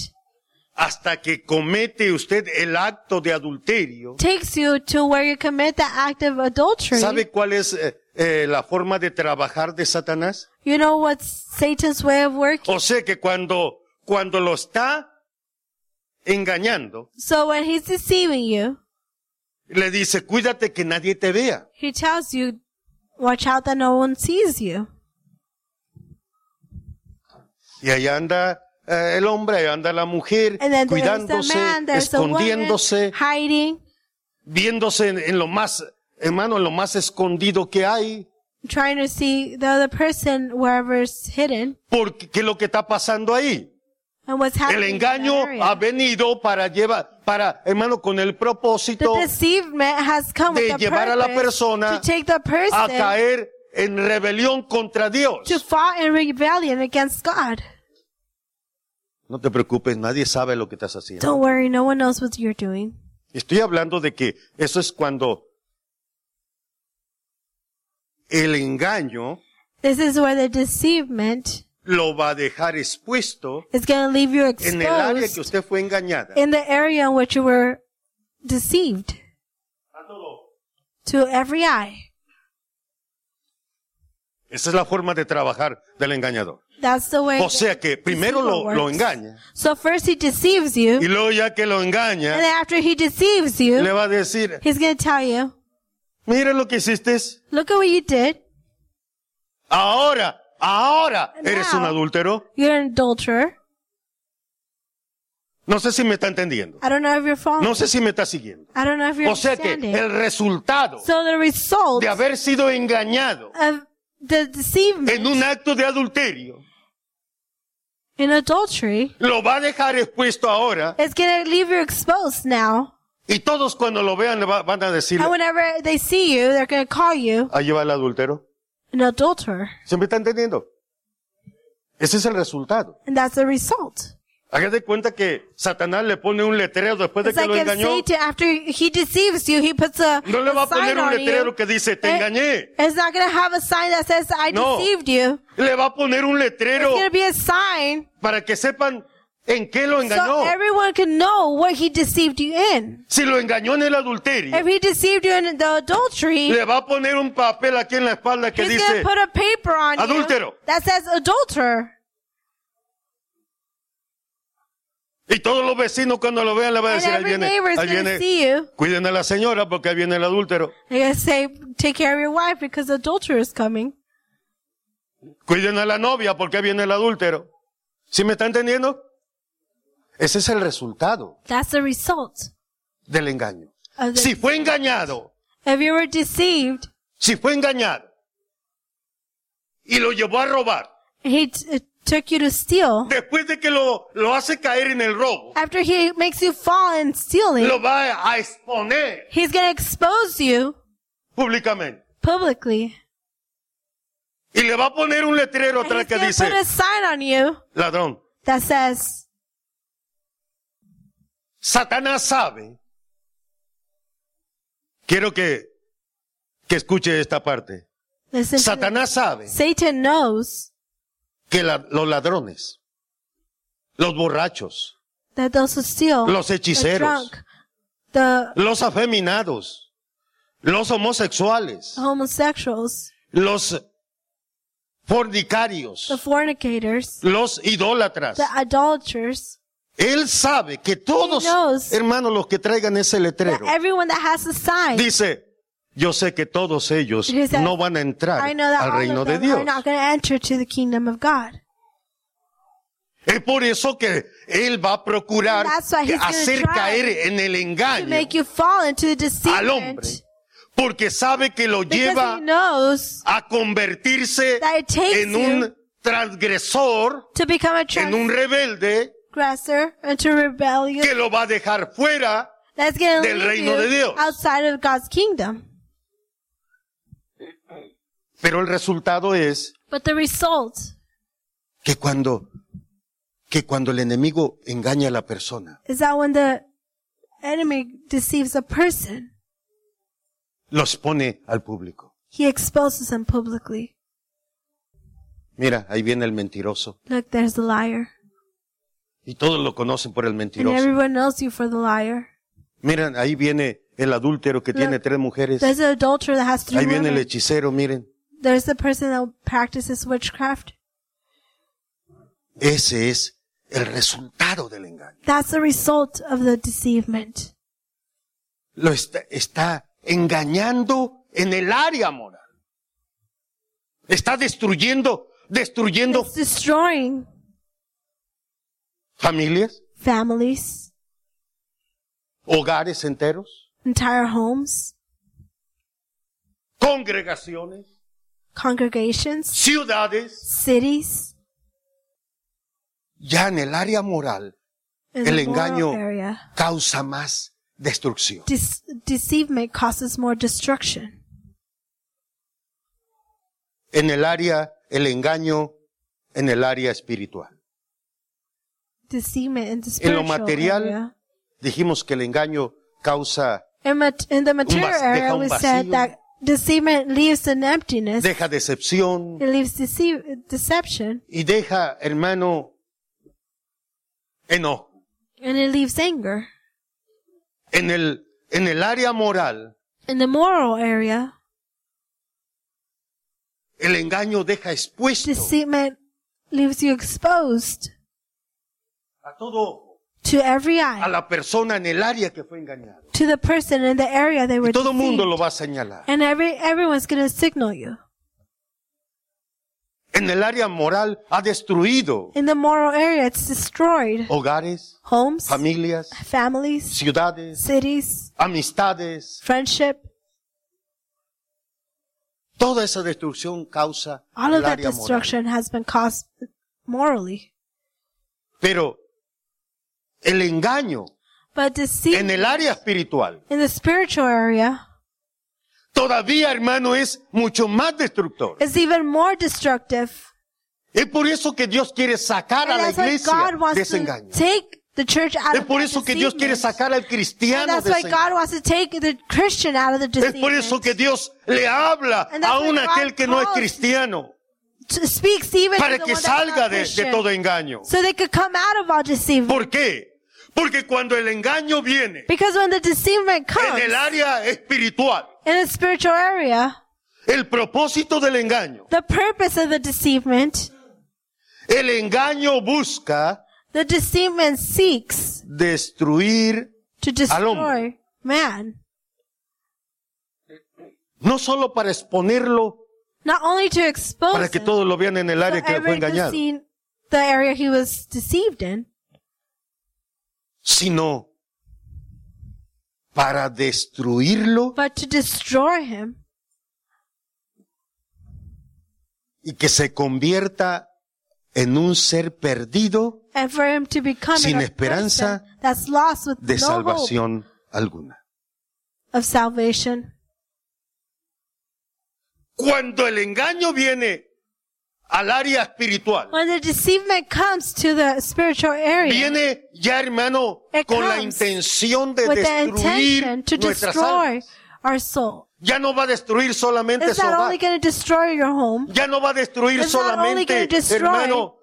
hasta que comete usted el acto de adulterio, takes you to where you commit the act of adultery, ¿sabe cuál es eh, eh, la forma de trabajar de Satanás? you know what's Satan's way of working? O sea que cuando, cuando lo está engañando, So when he's deceiving you, le dice, cuídate que nadie te vea. he tells you, watch out that no one sees you. Y ahí anda eh, el hombre, ahí anda la mujer, And then there's the cuidándose, man, there's the woman escondiéndose, hiding, viéndose en, en lo más, hermano, en lo más escondido que hay. trying to see the other person wherever's hidden Porque, ¿qué es lo que está pasando ahí? and what's El happening. in that engaño area. ha venido para llevar, para, hermano, con el the propósito deceivement has come de with the llevar a la purpose persona to take the a person caer en rebelión contra Dios. to fall in rebellion against God. No te preocupes, nadie sabe lo que estás haciendo. Don't worry, no one knows what you're doing. Estoy hablando de que eso es cuando el engaño This is where the deceivement lo va a dejar expuesto is going to leave you en el área que exposed usted fue engañada. in the area in which you were deceived to every eye. Esa es la forma de trabajar del engañador. That's the way. O sea que primero deceiver lo, lo works. engaña So first he deceives you, y and luego ya que lo then engaña after he deceives you, le va a decir, he's going to tell you, mira lo que hiciste, look at what you did. ahora, ahora eres un Now- adúltero. You're an adulterer. No sé si me está entendiendo. I don't know if you're following. No sé si me está siguiendo. I don't know if you're O sea que understanding. el resultado so the result de haber sido engañado of the deceivement en un acto de adulterio in adultery lo va a dejar expuesto ahora is going to leave you exposed now. y todos cuando lo vean le va- van a decir, And whenever they see you, they're going to call you ahí va el adultero. an adulterer. ¿Se me está entendiendo? Ese es el resultado. And that's the result. Hágase cuenta que Satanás le pone un letrero después de It's que like lo if engañó. Satan, after he deceives you, he puts a, No le va a a poner sign un on you. letrero que dice, te Eh, engañé. It's not going to have a sign that says, I No. deceived you. Le va a poner un letrero It's going to be a sign para que sepan en qué lo engañó. so everyone can know what he deceived you in. Si lo engañó en el adulterio, If he deceived you in the adultery, le va a poner un papel aquí en la espalda que he's going dice, to put a paper on adúltero. you that says adulterer. y todos los vecinos cuando lo vean le van a And decir, ahí every viene, neighbor is ahí going to viene, see you. cuiden a la señora porque ahí viene el adúltero. They're going to say, take care of your wife because adulterer is coming. Cuiden a la novia porque ahí viene el adúltero. ¿Sí me está entendiendo? Ese es el resultado That's the result. del engaño. Of the, Si fue engañado, If you were deceived, si fue engañado y lo llevó a robar, he t- uh, took you to steal. después de que lo, lo hace caer en el robo, After he makes you fall in stealing, lo va a exponer he's going to expose you públicamente. publicly. Y le va a poner un letrero And atrás he's que going to dice, put a sign on you ladrón. that says, Satanás sabe. Quiero que que escuche esta parte. Listen to this. Satanás sabe Satan knows que la- los ladrones, los borrachos, that those who steal, Los the hechiceros. drunk, the los afeminados, los homosexuales, Oh. homosexuals, los fornicarios, the fornicators, los idólatras. the idolaters, Él sabe que todos, He knows. hermanos, los que traigan ese that letrero, everyone that has a sign. dice, yo sé que todos ellos He said, no van a entrar I know that al all reino of de them Dios. are not going to enter to the kingdom of God. Es por eso que Él va a procurar That's why he's gonna hacer try caer en el To engaño make you fall into the al hombre, deceitment. porque sabe que lo Because he lleva knows a convertirse that it takes en un transgresor, to become a en un rebelde, transgressor and to rebellion que lo va a dejar fuera that's going to del lead reino de you Dios. outside of God's kingdom. Pero el resultado es But the result que cuando, que cuando el enemigo engaña a la persona, is that when the enemy deceives a person, los pone al público. he exposes them publicly. Mira, ahí viene el mentiroso. Look, there's the liar. Y todos lo conocen por el And mentiroso. everyone knows you for the liar. Miren, ahí viene el adúltero que tiene tres mujeres. There's the adulterer that has three Ahí viene el women. hechicero, miren. There's the person that practices witchcraft. Ese es el resultado del engaño. That's the result of the deceivement. Lo está, está engañando en el área moral. Está destruyendo, destruyendo It's destroying familias, families, hogares enteros, entire homes, congregaciones, congregations, ciudades. cities, Ya en el área moral and El the moral engaño. area. causa más destrucción. Dece- deceivement causes more destruction. En el área, el engaño, en el área espiritual. Deceivement in the En spiritual lo material, area. Dijimos que el engaño causa, In, mat- in the material vas- deja area, un we said vacío. that deceivement leaves an emptiness. deja decepción it leaves deceive- deception, y deja, hermano, enojo. and it leaves anger. En el, en el área moral, In the moral area, el engaño deja expuesto deceitment leaves you exposed a todo ojo, to every a eye, la persona en el área que fue engañada. to the person in the area they were Y todo deceived. mundo lo va a señalar. and every everyone's going to signal you. En el área moral ha destruido In the moral area, it's destroyed. hogares, Homes, familias, families, ciudades, cities, amistades. friendship, Toda esa destrucción causa all el of that área moral. destruction has been caused morally. Pero el engaño But deceit en el área espiritual in the spiritual area todavía, hermano, es mucho más destructor. is even more destructive. Es por eso que Dios quiere sacar a And la that's why iglesia God de wants ese to engaño. take the church out Es of the por eso que Dios quiere sacar al And cristiano that's de why ese engaño. God wants to take the Christian out of the Es por eso deceitment. que Dios le habla And that's aún a why God aquel que no es calls cristiano To- Speaks even para to the que one that's not salga de, de Christian. todo engaño. So they could come out of all deceivement. ¿Por qué? Porque cuando el engaño viene Because when the deceivement comes en el área espiritual, in the spiritual area, el propósito del engaño, the purpose of the deceivement, el engaño busca the deceivement seeks destruir to hombre. destroy man, no solo para exponerlo, not only to expose para que him, todos lo vean en el área but que fue everyone engañado, seen the area he was deceived in, sino para destruirlo but to destroy him y que se convierta en un ser perdido and for him to become Sin a esperanza person that's lost with de no hope salvación alguna. of salvation. Cuando el engaño viene al área espiritual, When the deceivement comes to the spiritual area, viene ya hermano It con la comes intención de with the destruir intention to nuestras destroy almas. our soul. Ya no va a destruir solamente It's su not hogar. only going to destroy your home. Ya no va a destruir It's not only solamente, gonna destroy- hermano,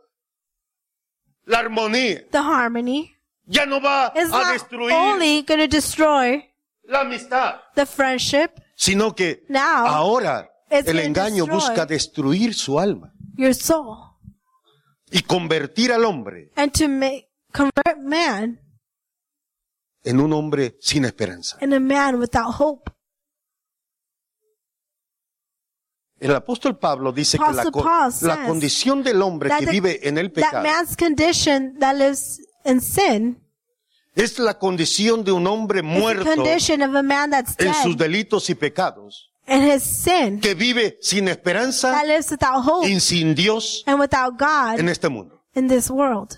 la armonía. the harmony Ya no va a is not destruir only going to destroy la amistad, the friendship. sino que Now, ahora it's el gonna engaño destroy- busca destruir su alma your soul y convertir al hombre and to make convert man en un hombre sin esperanza. and a man without hope. El apóstol Pablo dice que la, Apostle co- Paul la says condición del hombre that que the- vive en el That pecado man's condition that lives in sin es la condición de un hombre is the muerto condition of a man that's en sus dead delitos y pecados, and his sin que vive sin esperanza that lives without hope y sin Dios and without en God este mundo. in this world.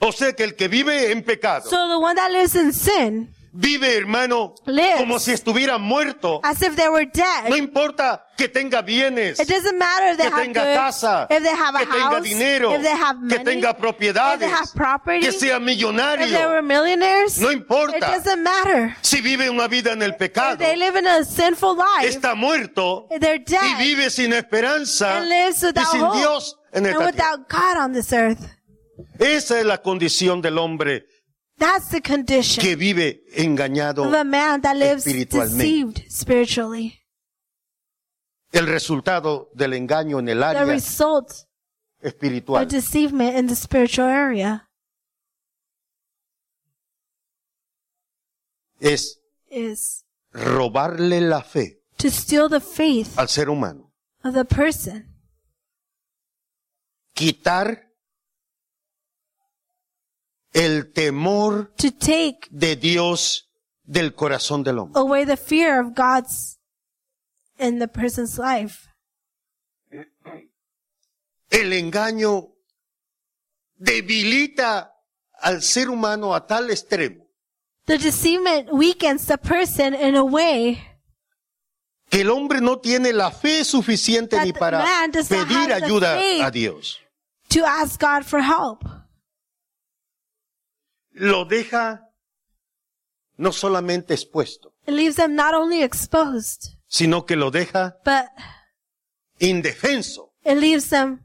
O sea que el que vive en pecado So the one that lives in sin, vive, hermano, Lives. como si estuviera muerto. as if they were No dead, importa que tenga bienes, it doesn't matter if they que have tenga casa, good, if they have a que tenga house, dinero, if they have que money, tenga if they propiedades, have property, que sea if they millonario. were millionaires, No it importa doesn't matter. si vive una vida en el If pecado, they live in a sinful life, está muerto they're y dead vive sin esperanza and lives y without sin hope Dios en and esta tierra. without God on this earth. Esa es la condición del hombre That's the condition que vive engañado. of a man that lives espiritualmente. deceived spiritually. El resultado del engaño en el The área result espiritual. of deceivement in the spiritual area es is robarle la fe to steal the faith al ser humano, of the person, quitar el temor to take de Dios del corazón del hombre. away the fear of God's in the person's life. El engaño debilita al ser humano a tal extremo The deceivement weakens the person in a way que el hombre no tiene la fe suficiente That ni the para man does not pedir have the ayuda faith. a Dios. to ask God for help. Lo deja no solamente expuesto, It leaves them not only exposed, sino que lo deja but indefenso. it leaves them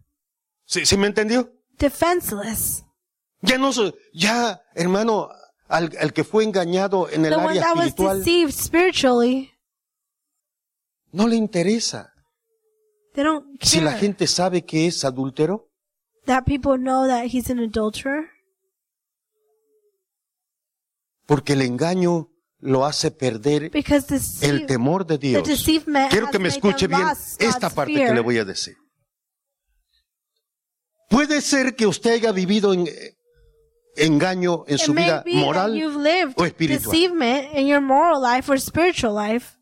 ¿Sí, sí me entendió? defenseless. Ya no, so- ya, hermano, al, al que fue engañado en el The one área that was espiritual, deceived spiritually, no le interesa they don't si la care gente sabe que es adúltero, that people know that he's an adulterer porque el engaño lo hace perder because el deceive, temor de the Dios. deceivement Quiero has que me made escuche them bien lost esta God's parte fear. que le voy a decir. Puede ser que usted haya vivido en eh, engaño en It su may vida be that you've moral lived o espiritual. deceivement in your moral life or spiritual life.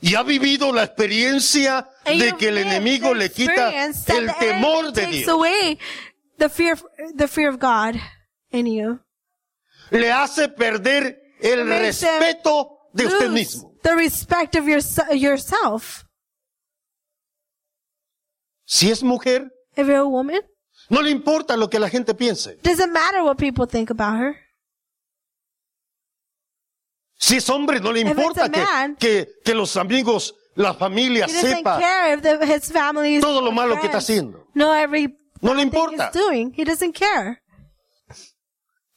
y ha vivido la experiencia And de you've que el lived enemigo the le quita experience that el the enemy temor de takes Dios. away the fear, the fear of God in you. le hace perder el Makes them respeto de usted Lose mismo. The respect of your, yourself. Si es mujer, If you're a woman, no le importa lo que la gente piense. doesn't matter what people think about her. Si es hombre, no le If it's importa a que, man, que, que los amigos, la familia He doesn't sepa care if the, his family is todo lo malo que está friends haciendo. know every No le thing he's importa. doing. He doesn't care.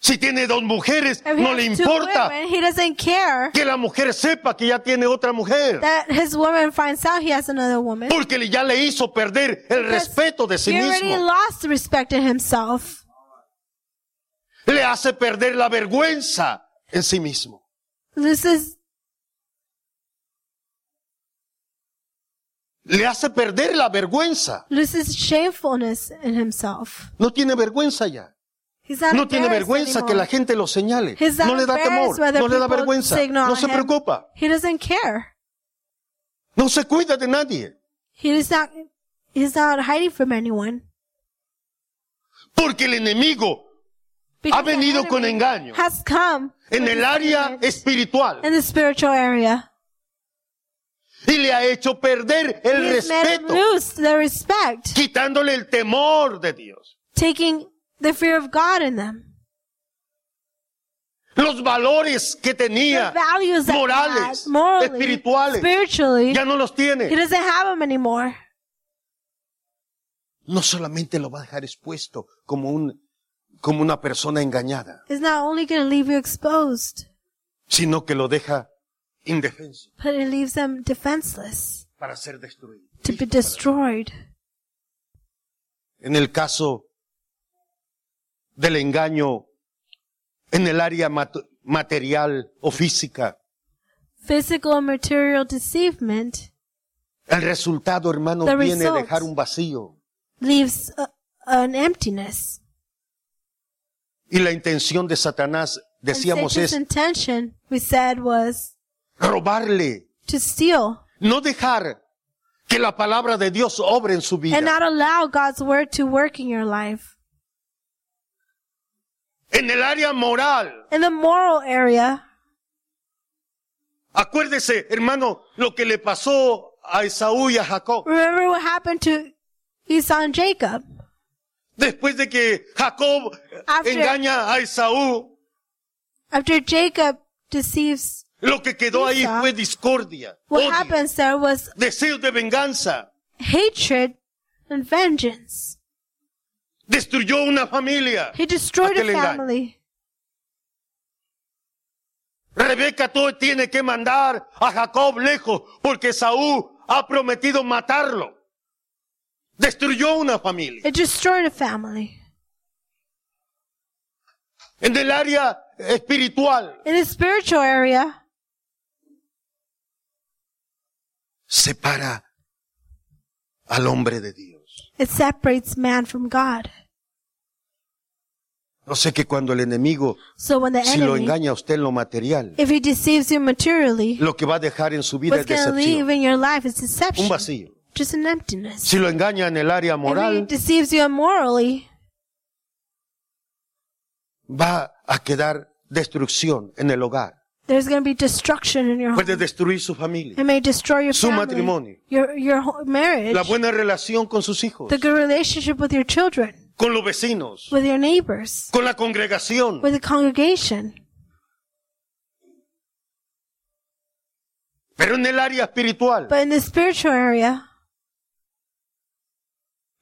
Si tiene dos mujeres, If he no le has two importa women, he doesn't care que la mujer sepa que ya tiene otra mujer. that his woman finds out he has another woman. Porque le- ya le hizo perder el Because respeto de sí he already mismo. lost the respect in himself. Le hace perder la vergüenza en sí mismo. Loses, Le hace perder la vergüenza. loses shamefulness in himself. No tiene vergüenza ya. He's not No tiene embarrassed vergüenza que la anymore. gente lo señale. He's not No le da temor, embarrassed whether no le da people vergüenza, signal no se him. preocupa, He doesn't care. no se cuida de nadie. He is not, he's not hiding from anyone. Porque el enemigo Because ha venido the con enemy engaño Has come en with el his área spirit espiritual in the spiritual area. y le ha hecho perder el He's made him respeto, lose the respect, quitándole el temor de Dios. taking the fear of God in them. Los valores que The tenía, values that morales, he had, morally, espirituales, spiritually, ya no los he tiene. doesn't have them anymore. No solamente lo va a dejar expuesto como un, como una persona engañada, It's not only going to leave you exposed, sino que lo deja indefenso but it leaves them defenseless para ser destruido. to be destroyed. En el caso del engaño en el área mat- material o física, Physical and material deceivement el resultado, hermano, The viene result. dejar un vacío. leaves a, an emptiness. Y la intención de Satanás, And decíamos, Satan's es intention, we said, was robarle, to steal no dejar que la palabra de Dios obre en su and vida. not allow God's word to work in your life. En el área moral, In the moral area, acuérdese, hermano, lo que le pasó a Esaú y a Jacob. remember what happened to Esau and Jacob. Después de que Jacob After- engaña a Esaú, After Jacob deceives, lo que quedó ahí Esau. fue discordia, what odio, happens there was deseos de venganza. hatred and vengeance. Destruyó una familia. He destroyed a Aquel engaño. family. Rebeca todo tiene que mandar a Jacob lejos porque Saúl ha prometido matarlo. Destruyó una familia. It destroyed a family. En el área espiritual In the spiritual area, separa al hombre de Dios. it separates man from God. No sé que cuando el enemigo, So when the si lo enemy, engaña a usted en lo material, if he deceives you materially, lo Pues que va a dejar en su vida what's es going to leave decepción, in your life is un deception. vacío. Just an emptiness. Si lo engaña en el área If he moral, deceives you immorally, va a quedar destrucción en el hogar. there's going to be destruction in your home. Puede destruir su familia. It may destroy your Su family, matrimonio. your your ho- marriage, la buena relación con sus hijos, the good relationship with your children, con los vecinos, with your neighbors, con la congregación. with the congregation. Pero en el área espiritual But in the spiritual area,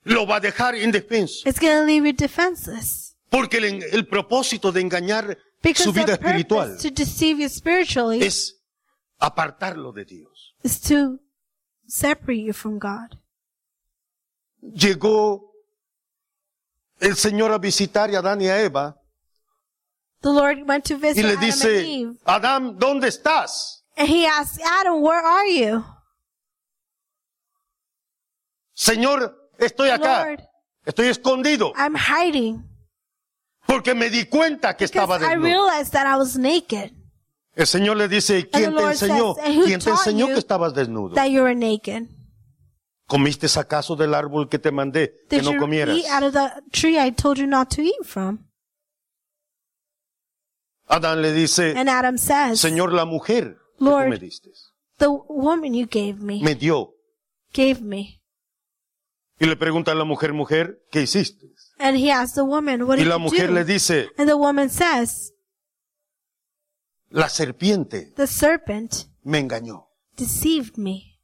lo va a dejar indefenso, it's going to leave you defenseless porque el, en- el propósito de engañar because su vida the purpose espiritual to deceive you spiritually es apartarlo de Dios. is to separate you from God. Llegó el Señor a visitar a Adán y a Eva The Lord went to y visit le Adam and dice, Eve, Adán, ¿dónde estás? and He asked Adam, "Where are you?" Señor, estoy acá, Lord, estoy escondido, I'm hiding. porque me di cuenta que estaba Because I desnudo. realized that I was naked, El Señor le dice, "¿Y ¿quién the te Lord enseñó? says, "And who ¿Quién te taught enseñó you que estabas desnudo? that you were naked. ¿Comiste acaso del árbol que te mandé que Did no you comieras? eat out of the tree I told you not to eat from? Adán le dice, And Adam says, Eh, Señor, la mujer que tú Lord, me diste, the woman you gave me, me dio. gave me. Y le pregunta a la mujer, mujer, ¿qué hiciste? And he asked the woman, what Y did la you mujer do? le dice, and the woman says, la serpiente the serpent me engañó deceived me,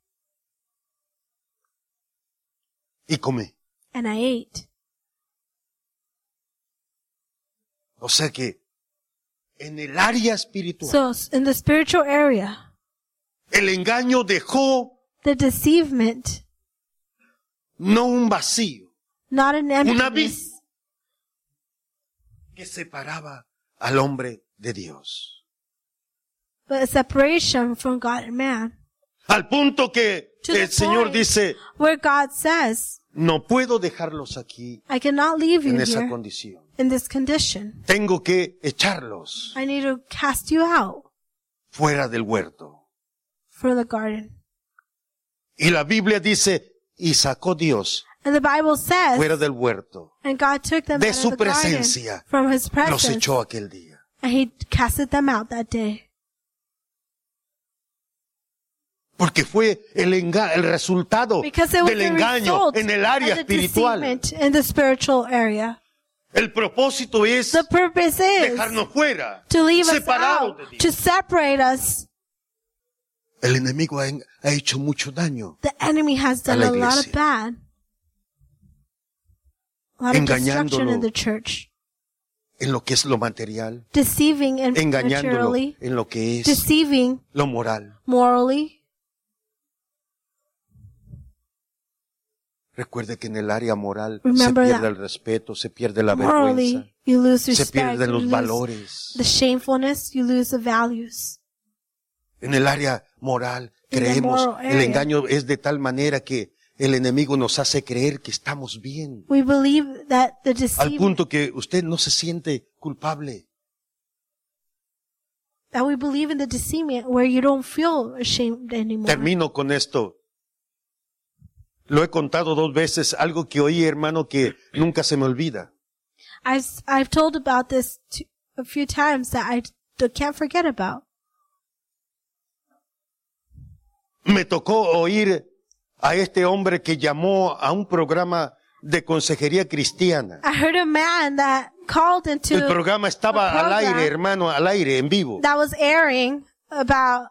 y comí. and I ate. O sea que en el área espiritual, So s- in the spiritual area, el engaño dejó the deceivement, no un vacío not an emptiness, abismo. que separaba al hombre de Dios. but a separation from God and man, Al punto que To the el Señor point. dice, where God says, no puedo dejarlos aquí I cannot leave you en esa here condición. in this condition. Tengo que echarlos I need to cast you out fuera del huerto. from the garden. Y la Biblia dice, y sacó Dios And the Bible says, fuera del huerto. and God took them De out su of the garden presencia, from his Los presence, echó aquel día. and he casted them out that day. Porque fue el, enga- el resultado Because it was Oh, del the engaño result en el área of the espiritual. deceivement in the spiritual area. El propósito es The purpose is dejarnos fuera, to leave us separados out, de to Dios. separate us. El enemigo ha, ha hecho mucho daño, The enemy has done la a lot iglesia. of bad. A lot of destruction Engañándolo. in the church. en lo que es lo material, Deceiving and engañándolo materially. en lo que es Deceiving lo moral. morally. Recuerde que en el área moral se Remember pierde that. el respeto, se pierde la vergüenza, Morally, you lose se respect. pierden you los lose valores. The shamefulness, you lose the values. En el área moral In the creemos, moral el area. engaño es de tal manera que el enemigo nos hace creer que estamos bien. We believe that the al deceiving, punto que usted no se siente culpable. that we believe in the deceiving where you don't feel ashamed anymore. Termino con esto. Lo he contado dos veces, algo que oí, hermano, que nunca se me olvida. I've, I've told about this to, a few times that I d- can't forget about. Me tocó oír a este hombre que llamó a un programa de consejería cristiana. I heard a man that called El into, programa estaba a al program. aire, hermano, al aire, en vivo. that was airing about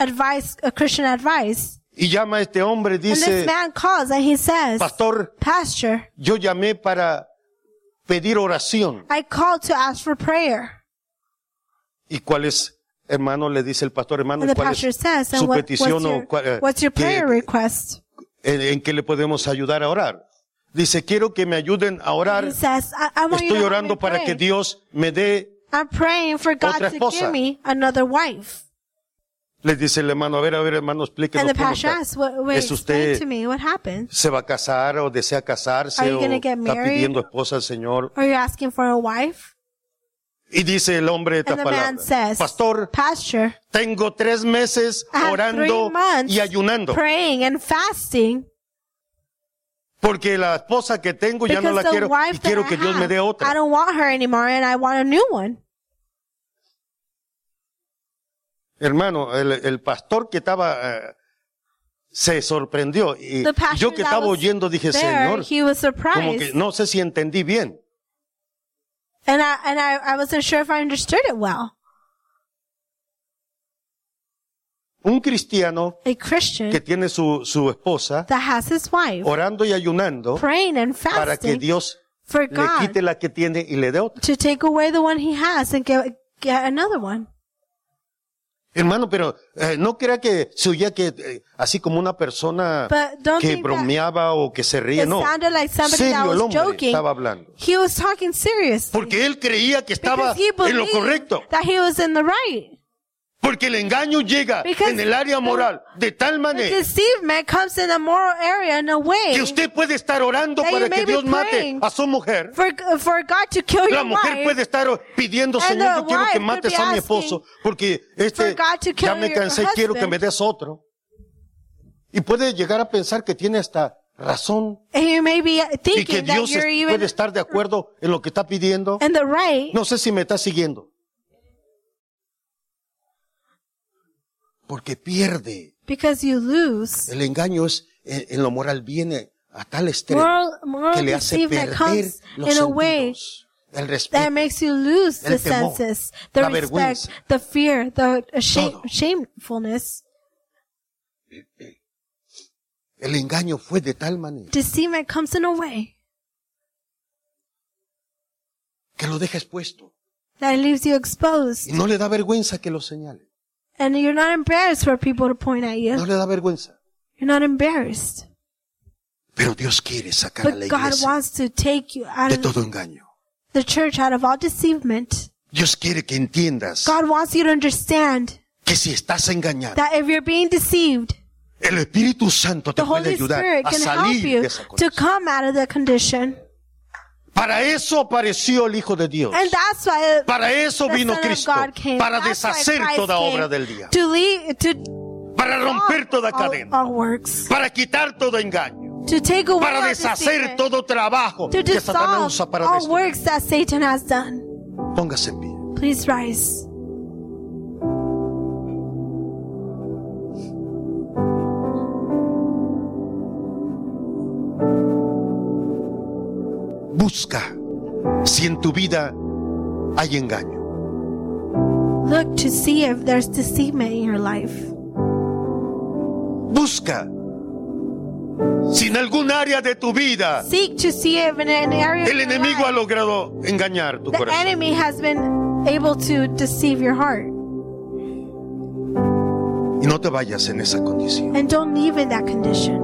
advice, uh, Christian advice. Y llama a este hombre, And dice, this man calls and he says, pastor, Pastor, yo llamé para pedir oración. I called to ask for prayer. ¿Y cuál es, hermano? Le dice el pastor, hermano, And the ¿cuál es pastor says, su and what, what's, petición o your, cuál, eh, what's your qué- prayer request? en, en qué le podemos ayudar a orar. Dice, quiero que me ayuden a orar. He says, I, I want you to Estoy help me orando para pray. que Dios me dé, I'm praying for God Otra to esposa. give me another wife. les dice el hermano, a ver, a ver, hermano, and explíquenos the cómo pastor está. asks, what, wait, ¿Es explain usted to me what happened. se va a casar o desea Are casarse you o gonna get está married? pidiendo esposa al Señor? Are you asking for a wife? Y dice el hombre And estas the man palabras. says, Pastor, Pastor, tengo tres meses I have orando three months y ayunando praying and fasting porque la esposa que tengo ya because no la the quiero y wife that quiero I que Dios me have, dé I otra. don't want her anymore and I want a new one. Hermano, el, el pastor que estaba eh, se sorprendió y The pastor yo que that estaba was oyendo dije, there, Señor, he was como surprised. que no sé si entendí bien. And I, and I, I wasn't sure if I understood it well. Un cristiano A Christian que tiene su, su esposa that has his wife orando y ayunando praying and para que fasting Dios for le God quite la que tiene y le dé otra. to take away the one he has and get, get another one. Hermano, pero eh, no crea que se oía que eh, así como una persona But don't que think that- bromeaba o que se ríe, It no. sounded like somebody that Serio el was hombre joking. estaba hablando. He was talking serious. Porque él creía que estaba because he en lo believed correcto. that he was in the right. Porque el engaño llega Because en el área the- moral de tal The manera deceivement comes in a moral area in a way que usted puede estar orando that you para may que be Dios mate praying a su mujer for, for God to kill La your mujer wife. puede estar pidiendo, And Señor, the yo quiero que wife mates could be a mi asking esposo, porque este for God to kill ya me your cansé, quiero que husband. me des otro. Y puede llegar a pensar que tiene esta razón and you may be y que thinking that Dios es- you're even puede estar de acuerdo en lo que está pidiendo. in the right. No sé si me está siguiendo. Porque pierde. Because you lose. El engaño es en, en lo moral viene a tal extremo Moral, moral que le hace deceivement perder comes los in a way sentidos, el that respeto. makes you lose el the temor, senses, the la respect, vergüenza. the fear, the shame, Todo. shamefulness. El engaño fue de tal manera. Deceivement comes in a way que lo deja expuesto that leaves you y exposed. no le da vergüenza que lo señale. And you're not embarrassed for people to point at No you. le da vergüenza. You're not embarrassed. Pero Dios quiere sacar a la But God iglesia wants to take you out de of todo engaño. the church, out of all deceivement. Dios quiere que entiendas God wants you to understand que si estás engañado, that if you're being deceived, el Espíritu Santo te the puede Holy ayudar Spirit a can help salir de you esa to condición. come out of that condition. Para eso apareció el Hijo de Dios. And that's why uh, Para eso the vino Son of Cristo, God came. para That's why deshacer Christ toda came obra del diablo, To, lead, to para romper toda all, cadena, all works. para quitar todo engaño, To take away para all deshacer deceivement, todo trabajo To que Satanás dissolve usa para all destruir. works that Satan has done. Póngase en pie. Please rise. Busca si en tu vida hay engaño. Look to see if there's deceitment in your life. Busca si en algún área de tu vida Seek to see if in an area of el your enemigo ha life, logrado engañar tu the corazón. enemy has been able to deceive your heart. Y no te vayas en esa condición. And don't leave in that condition.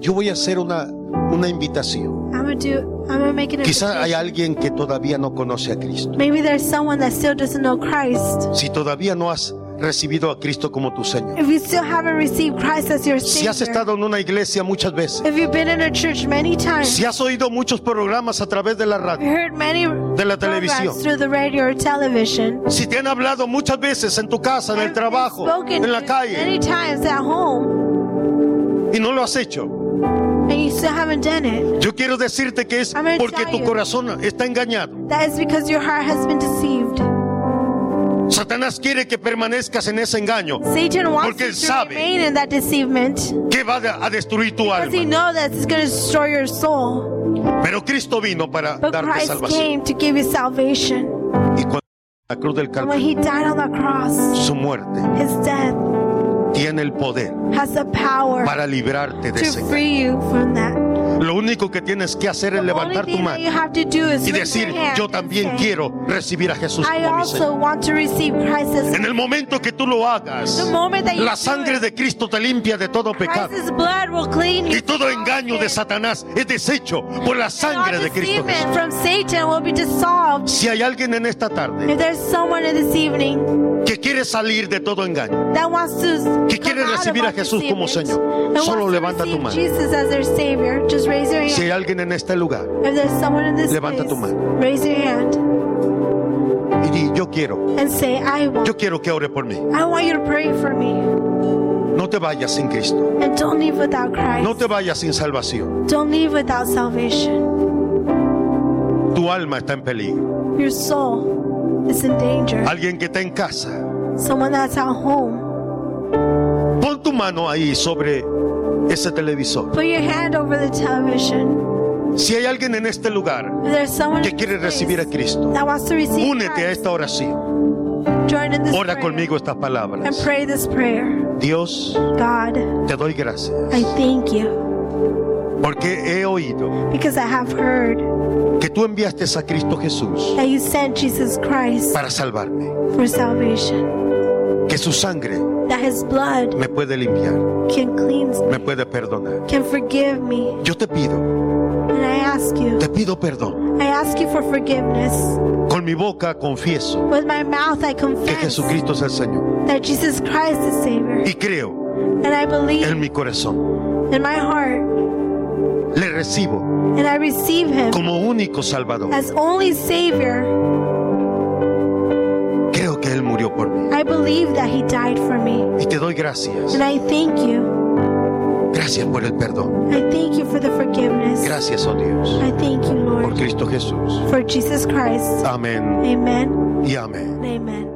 Yo voy a hacer una, una invitación. I'm gonna do. I'm gonna make an Quizá hay invitation. alguien que todavía no conoce a Cristo. Maybe there's someone that still doesn't know Christ. Si todavía no has recibido a Cristo como tu Señor. If you still haven't received Christ as your Si Savior, has estado en una iglesia muchas veces. if you've been in a church many times, Si has oído muchos programas a través de la you radio. heard many la programs televisión. through the radio or television, Si te han hablado muchas veces en tu casa, en el and you've trabajo, spoken en la to calle. many times at home, Y no lo has hecho. and you still haven't done it. Yo quiero decirte que es I'm gonna porque tell tu you. corazón está engañado. That is because your heart has been deceived. Satanás quiere que permanezcas en ese engaño. Satan wants Porque you él to sabe. remain in that deceivement Que va de- a destruir tu because he alma. knows that it's going to destroy your soul. Pero Cristo vino para But darte Christ salvación. came to give you salvation. Y cuando la cruz del And when Calvario, he died on the cross, su muerte his death tiene el poder has the power para librarte de ese to engaño. free you from that. Lo único que tienes que hacer es The only levantar tu thing that you mano have to do is y raise decir, your hand yo and también say, quiero recibir a Jesús I como mi Señor. also want to receive Christ as En el momento que tú lo hagas, The moment that you la do sangre it, de Cristo te limpia de todo pecado. Christ's blood will clean you. Y todo from all engaño de sin. Satanás es deshecho por la And all sangre de Cristo deceivement Jesús. from Satan will be dissolved. Si hay alguien en esta tarde If there's someone in this evening que quiere salir de todo engaño, that wants to Que quiere come out of recibir a all Jesús como deceivement, Señor, that solo wants to levanta tu receive mano. Jesus as their Savior, just raise your hand. si hay alguien en este lugar if there's someone in this Levanta place, tu mano. raise your hand y di, yo quiero, and say, I want. yo quiero que ore por mí. I want you to pray for me. No te vayas sin Cristo, And don't leave without Christ. no te vayas sin salvación. Don't leave without salvation. Tu alma está en peligro. Your soul is in danger. Alguien que está en casa, Someone that's at home. pon tu mano ahí sobre ese televisor. Put your hand over the television. Si hay alguien en este lugar If there's someone que in quiere this recibir a place Cristo, that wants to receive únete a Christ, esta oración. join in this Ora prayer conmigo estas and palabras. pray this prayer. Dios, God, te doy gracias I thank you porque he oído because I have heard que tú enviaste a Cristo Jesús that you sent Jesus Christ para salvarme. for salvation. que su sangre That his blood me puede limpiar, can cleanse, me puede perdonar. can forgive me. Yo te pido, And I ask you, te pido perdón. I ask you for forgiveness. Con mi boca confieso With my mouth I que confess Jesucristo es el Señor that Jesus Christ is Savior. y creo And I en believe mi corazón. in my heart Le recibo and I receive him como único Salvador. as only Savior. Creo que Él murió por mí I believe that he died for me. y te doy gracias. And I thank you. Gracias por el perdón. I thank you for the forgiveness. Gracias, oh Dios, I thank you, por Lord, Cristo Jesús. for Jesus Christ. Amén Amen y amén. and amen.